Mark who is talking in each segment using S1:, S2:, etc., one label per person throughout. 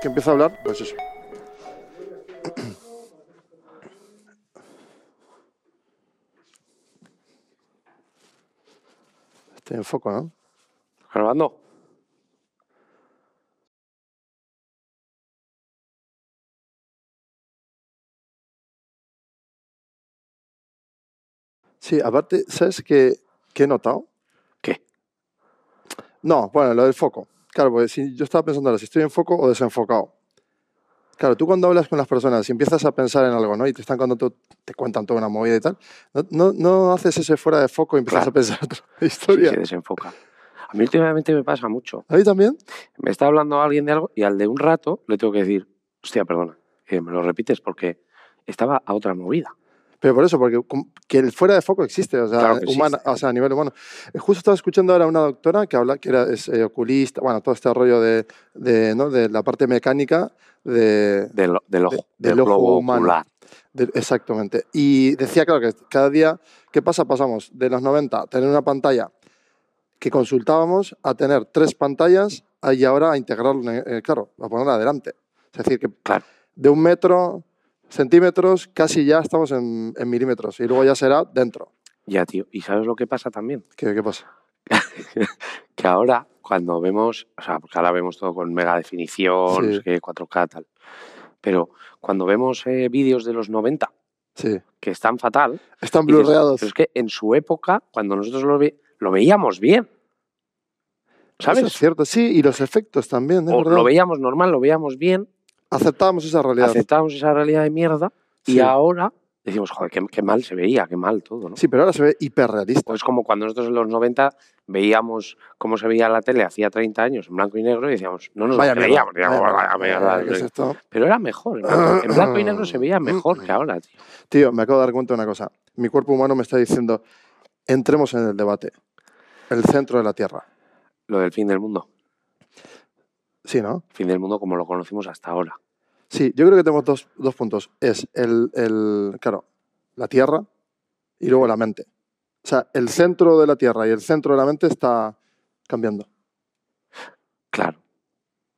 S1: que empieza a hablar, pues eso. Este en foco, ¿no?
S2: Grabando.
S1: Sí, aparte, ¿sabes qué, qué he notado?
S2: ¿Qué?
S1: No, bueno, lo del foco. Claro, porque si yo estaba pensando ahora, si estoy en foco o desenfocado. Claro, tú cuando hablas con las personas, si empiezas a pensar en algo, ¿no? Y te están contando, todo- te cuentan toda una movida y tal, no, no, no haces ese fuera de foco y empiezas
S2: Claro.
S1: a pensar otra
S2: Sí,
S1: historia.
S2: se desenfoca. A mí últimamente me pasa mucho.
S1: ¿A mí también?
S2: Me está hablando alguien de algo y al de un rato le tengo que decir, hostia, perdona, eh, me lo repites porque estaba a otra movida.
S1: Pero por eso, porque com- que el fuera de foco existe, o sea,
S2: Claro que
S1: humana- o sea, a nivel humano. Eh, Justo estaba escuchando ahora a una doctora que habla que era es, eh, oculista, bueno, todo este rollo de, de, ¿no? de la parte mecánica de,
S2: Del, del ojo,
S1: De- del
S2: del
S1: ojo
S2: globo
S1: humano.
S2: ocular.
S1: de- Exactamente. Y decía, claro, que cada día, ¿qué pasa? Pasamos de los 90 a tener una pantalla que consultábamos a tener tres pantallas ah, y ahora a integrarlo, en- eh, claro, a ponerla adelante. Es decir, que
S2: Claro.
S1: de un metro, centímetros, casi ya estamos en, en milímetros y luego ya será dentro.
S2: Ya, tío. ¿Y sabes lo que pasa también?
S1: ¿Qué, qué pasa?
S2: que ahora cuando vemos, o sea, porque ahora vemos todo con mega definición, no
S1: Sí.
S2: sé qué, 4K, tal. Pero cuando vemos eh, vídeos de los 90
S1: Sí.
S2: que están fatal,
S1: Están
S2: dices,
S1: blurreados.
S2: pero es que en su época, cuando nosotros lo, ve- lo veíamos bien,
S1: Eso es
S2: ¿sabes?
S1: cierto, sí, y los efectos también, es
S2: O
S1: verdad.
S2: lo veíamos normal, lo veíamos bien,
S1: Aceptábamos esa realidad.
S2: aceptábamos esa realidad de mierda
S1: Sí.
S2: y ahora decimos, joder, qué, qué mal se veía, qué mal todo, ¿no?
S1: Sí, pero ahora se ve hiperrealista.
S2: Pues como cuando nosotros en los 90 veíamos cómo se veía la tele hacía 30 años en blanco y negro y decíamos, no nos lo
S1: Vaya mierda.
S2: creíamos, decíamos, "Vaya mierda,
S1: ¿qué es esto?
S2: Pero era mejor. En blanco, en blanco y negro se veía mejor que ahora, tío.
S1: Tío, me acabo de dar cuenta de una cosa. Mi cuerpo humano me está diciendo, entremos en el debate. El centro de la Tierra.
S2: Lo del fin del mundo.
S1: Sí, ¿no?
S2: Fin del mundo como lo conocimos hasta ahora.
S1: Sí, yo creo que tenemos dos, dos puntos. Es el, el, claro, la Tierra y luego la mente. O sea, el centro de la Tierra y el centro de la mente está cambiando.
S2: Claro.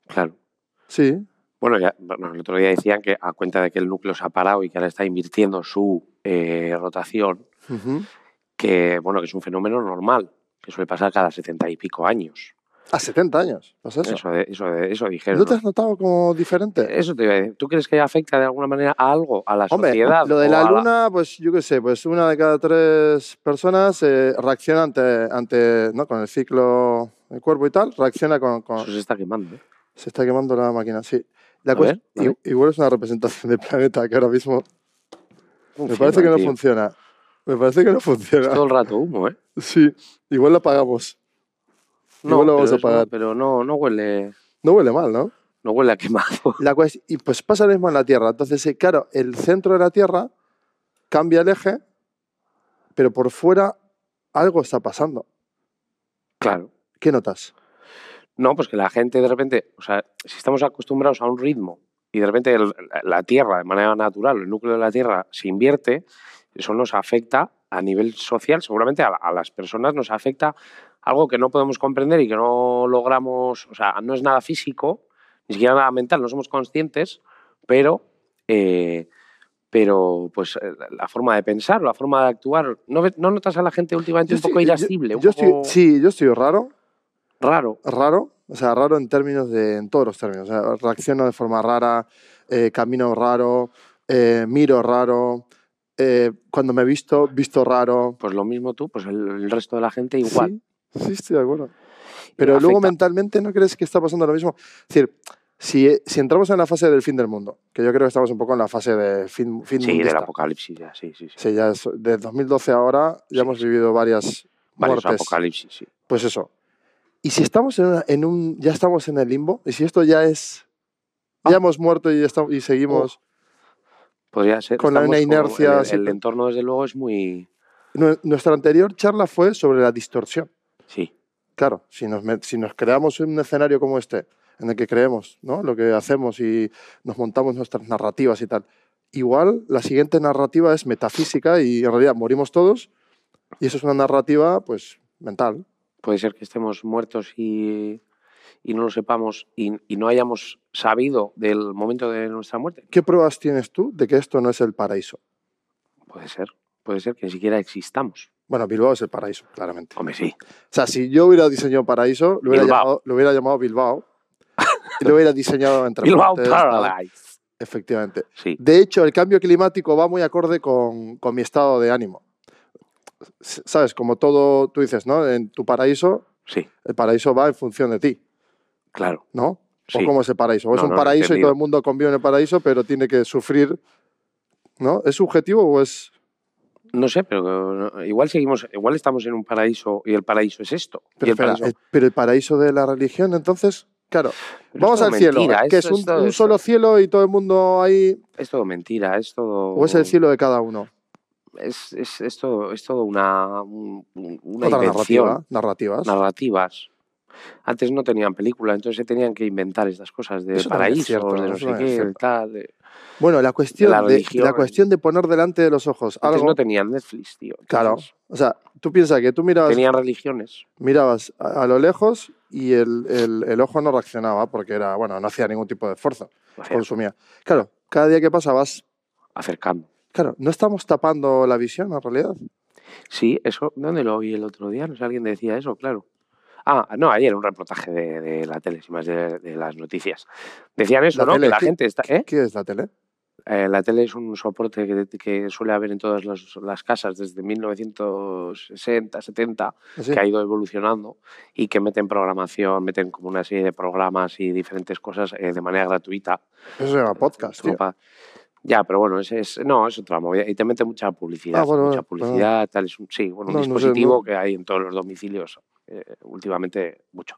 S2: Claro.
S1: Sí,
S2: Bueno, ya, bueno, el otro día decían que a cuenta de que el núcleo se ha parado y que ahora está invirtiendo su eh, rotación,
S1: ujú.
S2: que bueno, que es un fenómeno normal, que suele pasar cada setenta y pico años.
S1: a 70 Ah, años. pasa eso.
S2: Eso, de- eso, de- eso dijeron.
S1: ¿No te
S2: ¿no?
S1: has notado como diferente?
S2: Eso te iba a decir. ¿Tú crees que afecta de alguna manera a algo, a la
S1: Hombre,
S2: sociedad?
S1: lo de
S2: o
S1: la
S2: a
S1: luna, pues yo qué sé, pues una de cada tres personas eh, reacciona ante, ante, ¿no? Con el ciclo del cuerpo y tal, reacciona con... con-
S2: Eso se está quemando. ¿eh?
S1: Se está quemando la máquina, sí. La
S2: A
S1: cues-
S2: ver, dale.
S1: i- Igual es una representación del planeta que ahora mismo...
S2: Un
S1: Me parece que no
S2: tío.
S1: funciona. Me parece que no
S2: Es
S1: funciona.
S2: todo el rato humo, ¿eh?
S1: Sí, igual la apagamos. Igual la vamos
S2: pero
S1: a
S2: eso-
S1: apagar.
S2: pero no, no huele,
S1: No huele mal, ¿no?
S2: no huele a quemado.
S1: La cues- y pues pasa lo mismo en la Tierra. Entonces, eh, claro, el centro de la Tierra cambia el eje, pero por fuera algo está pasando.
S2: Claro.
S1: ¿Qué notas?
S2: No, pues que la gente de repente, o sea, si estamos acostumbrados a un ritmo y de repente el- la- la Tierra, de manera natural, el núcleo de la Tierra se invierte, eso nos afecta a nivel social, seguramente a, la- a las personas nos afecta algo que no podemos comprender y que no logramos, o sea, no es nada físico, ni siquiera nada mental, no somos conscientes, pero, eh, pero pues eh, la- la forma de pensar, la forma de actuar, ¿no, ves- no notas a la gente últimamente un
S1: estoy-
S2: poco irascible?
S1: yo-
S2: un
S1: yo
S2: poco
S1: estoy, sí, yo estoy raro,
S2: raro.
S1: raro, o sea, raro en términos de, en todos los términos. O sea, reacciono de forma rara, eh, camino raro, eh, miro raro, eh, cuando me he visto, visto raro.
S2: Pues lo mismo tú, pues el, el resto de la gente igual.
S1: Sí, sí, estoy de acuerdo. Pero luego
S2: afecta.
S1: mentalmente no crees que está pasando lo mismo. Es decir, si, si entramos en la fase del fin del mundo, que yo creo que estamos un poco en la fase de fin, fin
S2: Sí, del
S1: mundista.
S2: apocalipsis, ya, sí, sí, sí.
S1: Sí, ya es- de 2012 a ahora ya
S2: Sí,
S1: hemos vivido varias
S2: Varios
S1: muertes.
S2: apocalipsis, sí.
S1: Pues eso. Y si estamos en, una- en un. Ya estamos en el limbo, y si esto ya es.
S2: Ah.
S1: Ya hemos muerto y, estamos, y seguimos.
S2: Oh. Podría ser.
S1: Con la-
S2: estamos
S1: una
S2: como-
S1: inercia,
S2: El, el
S1: sí, pero-
S2: entorno, desde luego, es muy.
S1: Nue- Nuestra anterior charla fue sobre la distorsión.
S2: Sí,
S1: Claro, si nos, met- si nos creamos un escenario como este, en el que creemos ¿no? lo que hacemos y nos montamos nuestras narrativas y tal, igual la siguiente narrativa es metafísica y en realidad morimos todos, y eso es una narrativa, pues, mental.
S2: puede ser que estemos muertos y, y no lo sepamos y, y no hayamos sabido del momento de nuestra muerte?
S1: ¿Qué pruebas tienes tú de que esto no es el paraíso?
S2: Puede ser, puede ser que ni siquiera existamos.
S1: Bueno, Bilbao es el paraíso, claramente. O
S2: Hombre, sí.
S1: sea, si yo hubiera diseñado paraíso, lo hubiera,
S2: Bilbao.
S1: llamado, lo hubiera llamado Bilbao y lo hubiera diseñado entre
S2: Bilbao
S1: partes, tal.
S2: Paradise.
S1: Efectivamente.
S2: Sí,
S1: De hecho, el cambio climático va muy acorde con, con mi estado de ánimo. S- ¿Sabes? Como todo, tú dices, ¿no? En tu paraíso,
S2: sí,
S1: el paraíso va en función de ti,
S2: claro.
S1: ¿no?
S2: Sí.
S1: ¿O cómo es el paraíso? ¿O es
S2: No,
S1: un
S2: no,
S1: paraíso y
S2: entendido.
S1: todo el mundo convive en el paraíso, pero tiene que sufrir, ¿no? ¿Es subjetivo o es...?
S2: No sé, pero eh, igual seguimos, igual estamos en un paraíso y el paraíso es esto.
S1: Pero,
S2: y el
S1: espera, eh,
S2: paraíso-
S1: el- pero el paraíso de la religión, entonces, claro.
S2: Pero
S1: Vamos
S2: es
S1: al
S2: todo
S1: cielo,
S2: mentira,
S1: que es
S2: esto-
S1: un,
S2: esto-
S1: un
S2: esto-
S1: solo cielo y todo el mundo ahí...
S2: Es todo mentira, es todo.
S1: ¿O es el cielo de cada uno?
S2: Es, es- es todo, es todo una, un- un- una
S1: Otra
S2: invención.
S1: narrativa, narrativas.
S2: Narrativas. Antes no tenían película, entonces se tenían que inventar estas cosas de
S1: Eso también es
S2: paraísos,
S1: cierto,
S2: de no
S1: eso
S2: sé
S1: también es
S2: qué, de
S1: cierto.
S2: tal. de-
S1: Bueno, la cuestión,
S2: la
S1: de,
S2: religión.
S1: la cuestión de poner delante de los ojos
S2: Antes
S1: algo...
S2: no tenían Netflix, tío.
S1: Claro.
S2: entonces
S1: O sea, tú piensas que tú mirabas,
S2: Tenían religiones.
S1: mirabas a, a lo lejos y el, el- el ojo no reaccionaba porque era, bueno, no hacía ningún tipo de esfuerzo,
S2: o sea,
S1: consumía. Claro, cada día que pasa vas...
S2: acercando.
S1: Claro, no estamos tapando la visión en realidad.
S2: Sí, eso, ¿dónde lo oí el otro día? No sé, alguien decía eso, claro. Ah, no, ayer un reportaje de, de la tele, sin más de, de las noticias. Decían eso,
S1: La
S2: ¿no?
S1: tele,
S2: que la
S1: ¿qué-
S2: gente está. ¿eh?
S1: ¿Qué es la tele?
S2: Eh, la tele es un soporte que, que suele haber en todas las, las casas desde 1960, 70,
S1: Así.
S2: que ha ido evolucionando y que meten programación, meten como una serie de programas y diferentes cosas eh, de manera gratuita.
S1: Eso se llama podcast, tío.
S2: Como pa- Ya, pero bueno, es, es- no, es otra movida. Y te mete mucha publicidad,
S1: Ah, bueno,
S2: mucha
S1: bueno, perdón.
S2: publicidad, tal, es un, sí, bueno, un
S1: No, no sé,
S2: dispositivo
S1: no.
S2: que hay en todos los domicilios, eh, últimamente mucho.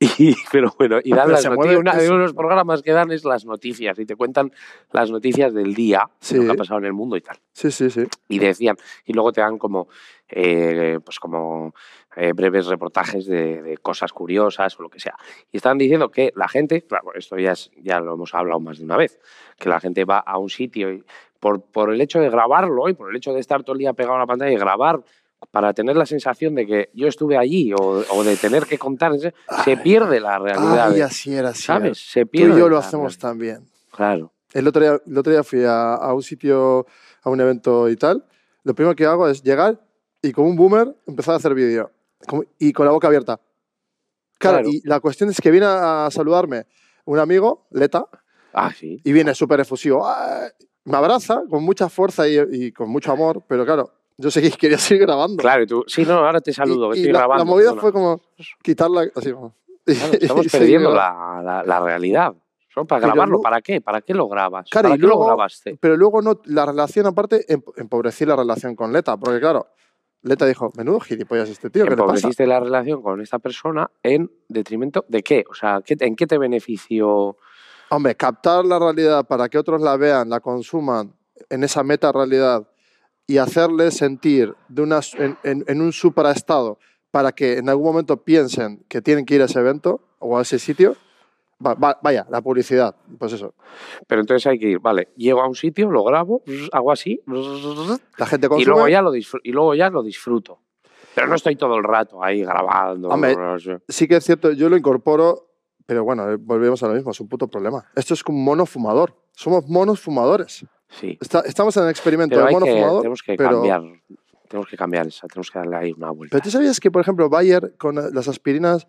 S2: Y, pero bueno, y dan
S1: Pero
S2: las
S1: se
S2: noti-
S1: mueve-
S2: una-
S1: es-
S2: uno de los programas que dan es las noticias, y te cuentan las noticias del día,
S1: Sí.
S2: lo que ha pasado en el mundo y tal
S1: Sí, sí, sí.
S2: y decían y luego te dan como eh, pues como eh, breves reportajes de, de cosas curiosas o lo que sea y estaban diciendo que la gente claro esto ya es- ya lo hemos hablado más de una vez que la gente va a un sitio y por, por el hecho de grabarlo y por el hecho de estar todo el día pegado a la pantalla y grabar para tener la sensación de que yo estuve allí o, o de tener que contar se
S1: Ay.
S2: pierde la
S1: Ah,
S2: realidad
S1: Ay,
S2: de-
S1: así era, así era.
S2: sabes se
S1: Tú
S2: pierde
S1: y yo lo
S2: la
S1: hacemos
S2: realidad.
S1: también.
S2: claro
S1: El otro día, el otro día fui a, a un sitio, a un evento y tal. Lo primero que hago es llegar y como un boomer empezar a hacer vídeo. Como- Y con la boca abierta. Claro,
S2: Claro.
S1: y la cuestión es que viene a saludarme un amigo, Leta,
S2: ah sí
S1: y viene súper efusivo. ¡Ah! Me abraza con mucha fuerza y, y con mucho amor, pero claro, yo sé que quería seguir grabando.
S2: claro y tú sí no ahora te saludo
S1: y,
S2: que
S1: y
S2: estoy
S1: la,
S2: grabando
S1: la movida
S2: perdona.
S1: fue como quitarla así. como-
S2: Claro,
S1: y
S2: estamos
S1: seguir
S2: perdiendo
S1: grabando.
S2: la, la- la realidad. Solo para
S1: Pero
S2: grabarlo,
S1: lu-
S2: ¿para qué? ¿Para qué lo grabas?
S1: Claro,
S2: ¿Para
S1: y
S2: qué lo
S1: luego-
S2: grabaste?
S1: Pero luego no, la relación aparte, emp- empobrecí la relación con Leta, porque claro, Leta dijo, menudo gilipollas este tío, ¿qué le pasa?
S2: Empobreciste la relación con esta persona en detrimento de qué? O sea, ¿qué- ¿en qué te benefició?
S1: Hombre, captar la realidad para que otros la vean, la consuman en esa meta realidad y hacerles sentir de una, s- en, en- en un supraestado para que en algún momento piensen que tienen que ir a ese evento o a ese sitio, va- va- vaya, la publicidad, pues eso.
S2: Pero entonces hay que ir, vale, llego a un sitio, lo grabo, hago así, y
S1: La gente consume...
S2: luego, ya lo disfr- y luego ya lo disfruto. Pero no estoy todo el rato ahí grabando.
S1: Hombre,
S2: no sé.
S1: Sí que es cierto, yo lo incorporo, pero bueno, eh, volvemos a lo mismo, es un puto problema. Esto es como un mono fumador. Somos monos fumadores.
S2: Sí.
S1: Está- estamos en el experimento
S2: Pero
S1: del
S2: hay
S1: mono
S2: que,
S1: fumador.
S2: tenemos que
S1: pero-
S2: cambiar. Tenemos que cambiar esa, tenemos que darle ahí una vuelta.
S1: Pero este tú sabías que, por ejemplo, Bayer con eh, las aspirinas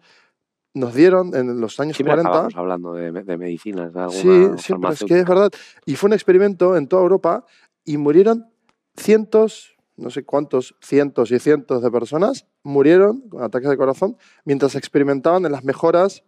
S1: nos dieron en los años
S2: Siempre
S1: 40.
S2: acabamos hablando de, me- de medicinas, de alguna
S1: Sí, sí, pero es
S2: farmacéutica.
S1: que es verdad. Y fue un experimento en toda Europa y murieron cientos, no sé cuántos, cientos y cientos de personas murieron con ataques de corazón mientras experimentaban en las mejoras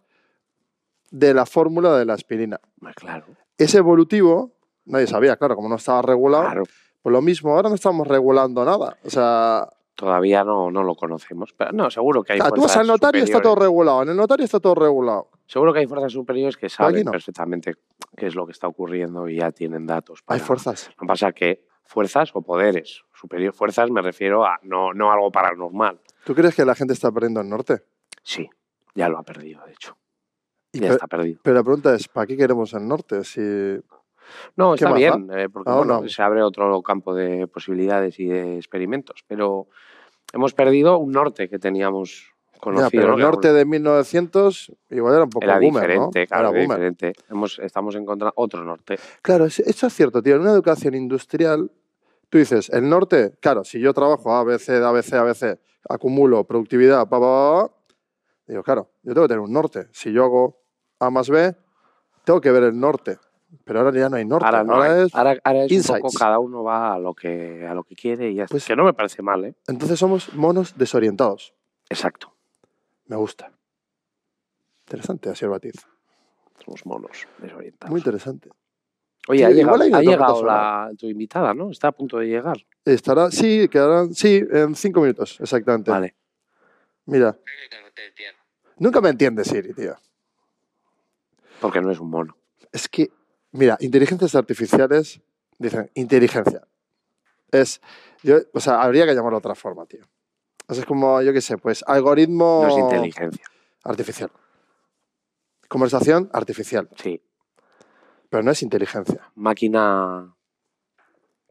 S1: de la fórmula de la aspirina.
S2: Hombre, Claro,
S1: es evolutivo, nadie sabía, claro, como no estaba regulado,
S2: claro.
S1: pues lo mismo, ahora no estamos regulando nada. O sea,
S2: Todavía no, no lo conocemos. Pero no, seguro que hay
S1: claro, tú vas
S2: fuerzas
S1: al notario y está todo
S2: superiores.
S1: regulado, en el notario está todo regulado.
S2: Seguro que hay fuerzas superiores que saben
S1: aquí no.
S2: perfectamente qué es lo que está ocurriendo y ya tienen datos.
S1: Hay
S2: para-
S1: fuerzas.
S2: Lo que pasa es que fuerzas o poderes. Superior, fuerzas me refiero a no, no algo paranormal.
S1: ¿Tú crees que la gente está perdiendo el norte?
S2: Sí, ya lo ha perdido, de hecho.
S1: Y
S2: ya
S1: pe-
S2: está perdido.
S1: Pero la pregunta es, ¿para qué queremos el norte? Si...
S2: No,
S1: ¿Qué
S2: está
S1: más
S2: bien, eh, porque
S1: Ahora
S2: bueno,
S1: vamos.
S2: se abre otro campo de posibilidades y de experimentos, pero hemos perdido un norte que teníamos
S1: Ya,
S2: conocido.
S1: pero el
S2: que
S1: norte de 1900 igual era un poco
S2: era
S1: boomer,
S2: diferente,
S1: ¿no? era
S2: claro, era
S1: boomer.
S2: diferente. Hemos, estamos encontrando otro norte.
S1: Claro, es- eso es cierto, tío. En una educación industrial, tú dices, el norte, claro, si yo trabajo ABC, ABC, ABC, acumulo productividad, pa, pa, pa, pa, digo, claro, yo tengo que tener un norte. Si yo hago A más B, tengo que ver el norte. Pero ahora ya no hay norte.
S2: Ahora, no hay-
S1: es-
S2: ahora- ahora es un poco
S1: insights.
S2: cada uno va a lo que, a lo que quiere y ya está.
S1: Pues-
S2: que no me parece mal, ¿eh?
S1: Entonces somos monos desorientados.
S2: Exacto.
S1: Me gusta. Interesante, así el batiz.
S2: Somos monos desorientados.
S1: Muy interesante.
S2: Oye,
S1: Sí,
S2: ha llegado,
S1: igual hay una
S2: ha
S1: tormenta
S2: llegado
S1: solar.
S2: la- tu invitada, ¿no? Está a punto de llegar.
S1: Estará, sí, quedarán, sí, en cinco minutos, exactamente.
S2: Vale.
S1: Mira. Nunca me entiendes, Siri, tío.
S2: Porque no es un mono.
S1: Es que, mira, inteligencias artificiales, dicen, inteligencia. Es, yo, o sea, habría que llamarlo de otra forma, tío. O sea, es como, yo qué sé, pues algoritmo
S2: No es inteligencia.
S1: artificial. Conversación artificial,
S2: Sí.
S1: pero no es inteligencia.
S2: Máquina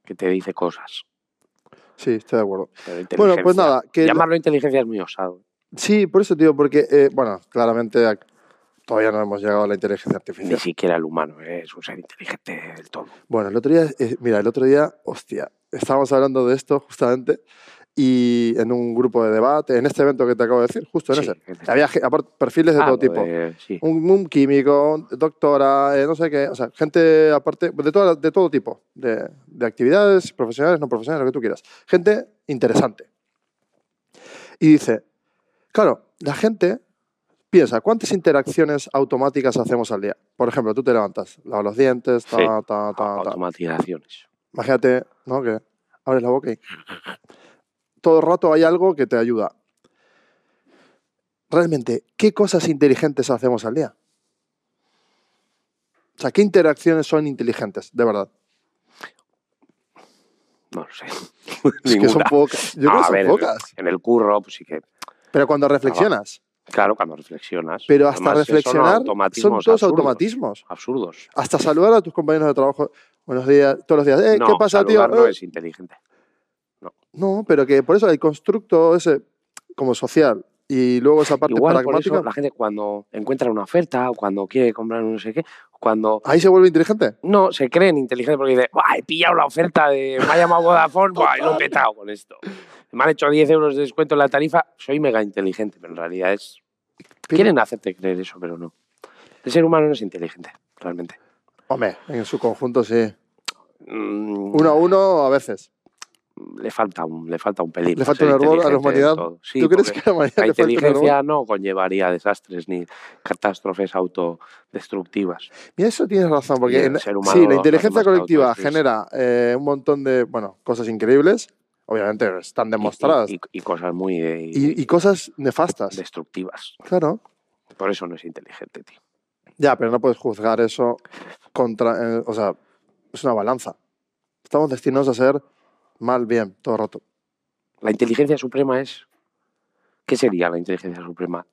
S2: que te dice cosas.
S1: Sí, estoy de acuerdo.
S2: pero
S1: Bueno, pues
S2: inteligencia-
S1: nada, que
S2: Llamarlo inteligencia es muy osado.
S1: sí, por eso, tío, porque, eh, bueno, claramente ac- todavía no hemos llegado a la inteligencia
S2: Ni
S1: artificial.
S2: siquiera el humano ¿eh? es un ser inteligente del todo.
S1: Bueno, el otro día, eh, mira, el otro día, hostia, estábamos hablando de esto justamente y en un grupo de debate, en este evento que te acabo de decir, justo en
S2: Sí,
S1: ese.
S2: en este.
S1: Había ge- aparte, perfiles de
S2: Ah,
S1: todo
S2: lo
S1: tipo.
S2: de- sí.
S1: Un, un químico, un doctora, eh, no sé qué, o sea, gente aparte, de, toda- de todo tipo, de, de actividades, profesionales, no profesionales, lo que tú quieras. Gente interesante. Y dice, claro, la gente piensa, ¿cuántas interacciones automáticas hacemos al día? Por ejemplo, tú te levantas, lavas los dientes, ta,
S2: Sí.
S1: ta, ta, ta.
S2: Automatizaciones.
S1: Imagínate, ¿no? Que abres la boca y todo el rato hay algo que te ayuda. Realmente, ¿qué cosas inteligentes hacemos al día? O sea, ¿qué interacciones son inteligentes, de verdad?
S2: No lo sé.
S1: Es que son
S2: Ninguna.
S1: pocas. Yo creo
S2: A
S1: que son
S2: ver,
S1: pocas.
S2: En el curro, pues sí que.
S1: Pero cuando reflexionas,
S2: Claro, cuando reflexionas.
S1: pero hasta
S2: Además, son
S1: reflexionar son
S2: automatismos
S1: todos
S2: absurdos.
S1: automatismos.
S2: Absurdos.
S1: Hasta saludar a tus compañeros de trabajo buenos días, todos los días. "Eh,
S2: No,
S1: ¿Qué pasa, tío?
S2: saludar No
S1: Eh,
S2: es inteligente.
S1: no, pero que por eso el constructo ese como social y luego esa parte
S2: Igual por
S1: pragmática,
S2: eso la gente cuando encuentra una oferta o cuando quiere comprar un no sé qué, cuando
S1: ahí se vuelve inteligente.
S2: no se creen inteligentes porque dice, "Buah, he pillado la oferta de me ha llamado Vodafone, buah, y lo he petado con esto. Me han hecho 10 euros de descuento en la tarifa, soy mega inteligente, pero en realidad es.
S1: Pero-
S2: Quieren hacerte creer eso, pero no. El ser humano no es inteligente, realmente.
S1: Hombre, en su conjunto sí.
S2: Mm,
S1: Uno a uno a veces.
S2: le falta un le falta un pelín.
S1: Le
S2: para
S1: falta
S2: ser
S1: un árbol a la
S2: inteligente del
S1: humanidad.
S2: todo. Sí,
S1: ¿Tú crees
S2: porque
S1: que a María
S2: la
S1: le falta un árbol?
S2: inteligencia no conllevaría desastres ni catástrofes autodestructivas.
S1: Mira, eso tienes razón, porque
S2: el
S1: en-
S2: ser humano,
S1: sí, la
S2: los
S1: inteligencia
S2: animales
S1: colectiva
S2: autóctonos.
S1: genera eh, un montón de, bueno, cosas increíbles, obviamente están
S2: Y-
S1: demostradas,
S2: Y,
S1: y,
S2: y cosas muy eh,
S1: y cosas nefastas,
S2: destructivas.
S1: claro.
S2: Por eso no es inteligente, tío.
S1: Ya, pero no puedes juzgar eso contra, eh, o sea, es una balanza. Estamos destinados a ser mal, bien, todo el rato.
S2: La inteligencia suprema es. ¿Qué sería la inteligencia suprema?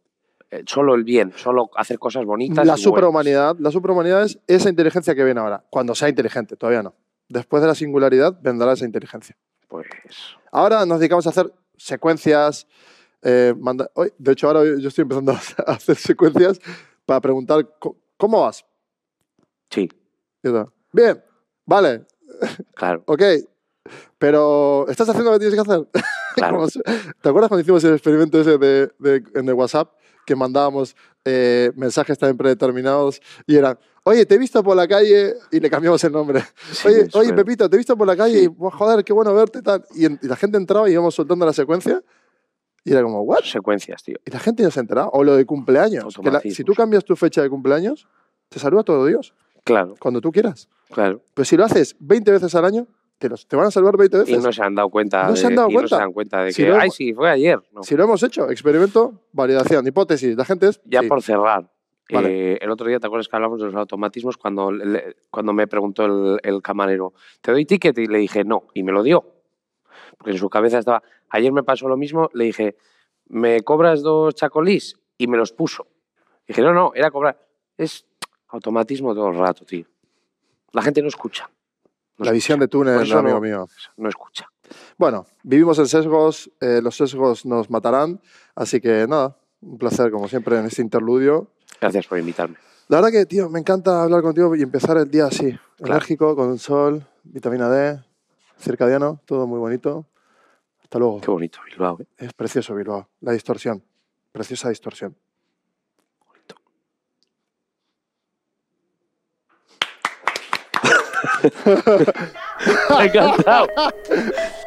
S2: Eh, solo el bien, solo hacer cosas bonitas.
S1: La
S2: y buenas.
S1: superhumanidad, la superhumanidad es esa inteligencia que viene ahora, cuando sea inteligente, todavía no. Después de la singularidad vendrá esa inteligencia.
S2: Pues.
S1: Ahora nos dedicamos a hacer secuencias. eh, manda- Oy, de hecho, ahora yo estoy empezando a hacer secuencias para preguntar co- cómo vas.
S2: Sí,
S1: Y yo, Bien, vale,
S2: claro,
S1: ok. Pero estás haciendo lo que tienes que hacer.
S2: claro.
S1: Como se- ¿Te acuerdas cuando hicimos el experimento ese de, de- en el WhatsApp que mandábamos eh, mensajes también predeterminados y eran, oye, te he visto por la calle y le cambiamos el nombre.
S2: Sí,
S1: oye,
S2: me
S1: oye
S2: suena.
S1: Pepito, te he visto por la calle
S2: Sí.
S1: y, "Buah, joder, qué bueno verte y tal. Y, en- y la gente entraba y íbamos soltando la secuencia y era como, ¿what?
S2: Secuencias, tío.
S1: Y la gente ya se entera. O lo de cumpleaños. que la- si tú
S2: Automatismos.
S1: cambias tu fecha de cumpleaños, te saluda todo Dios,
S2: Claro,
S1: cuando tú quieras.
S2: claro.
S1: Pero si lo haces 20 veces al año, te, los- te van a salvar 20
S2: Y
S1: veces.
S2: no se han dado cuenta.
S1: No
S2: de,
S1: se han dado
S2: y
S1: cuenta.
S2: No se dan cuenta de que.
S1: Si no-
S2: Ay, sí, fue ayer. No.
S1: Si lo hemos hecho, experimento, validación, hipótesis. La gente es...
S2: Ya
S1: sí.
S2: por cerrar.
S1: Vale.
S2: eh, el otro día, ¿te acuerdas que hablamos de los automatismos cuando, le- cuando me preguntó el, el camarero, ¿te doy ticket? Y le dije, no, y me lo dio. Porque en su cabeza estaba, ayer me pasó lo mismo, le dije, ¿me cobras dos chacolís? Y me los puso. Dije, no, no, era cobrar. Es automatismo todo el rato, tío. La gente no escucha. No
S1: La visión de
S2: Por
S1: túnel,
S2: eso
S1: amigo
S2: no-
S1: mío.
S2: escucha, No escucha.
S1: Bueno, vivimos en sesgos, eh, los sesgos nos matarán, así que nada, Un placer, como siempre, en este interludio.
S2: Gracias por invitarme.
S1: La verdad que, tío, me encanta hablar contigo y empezar el día así, enérgico, con sol, vitamina D, circadiano, todo muy bonito. Hasta luego.
S2: Qué bonito, Bilbao. ¿eh?
S1: Es precioso, Bilbao. La distorsión. Preciosa distorsión.
S2: Bonito. Me ha encantado.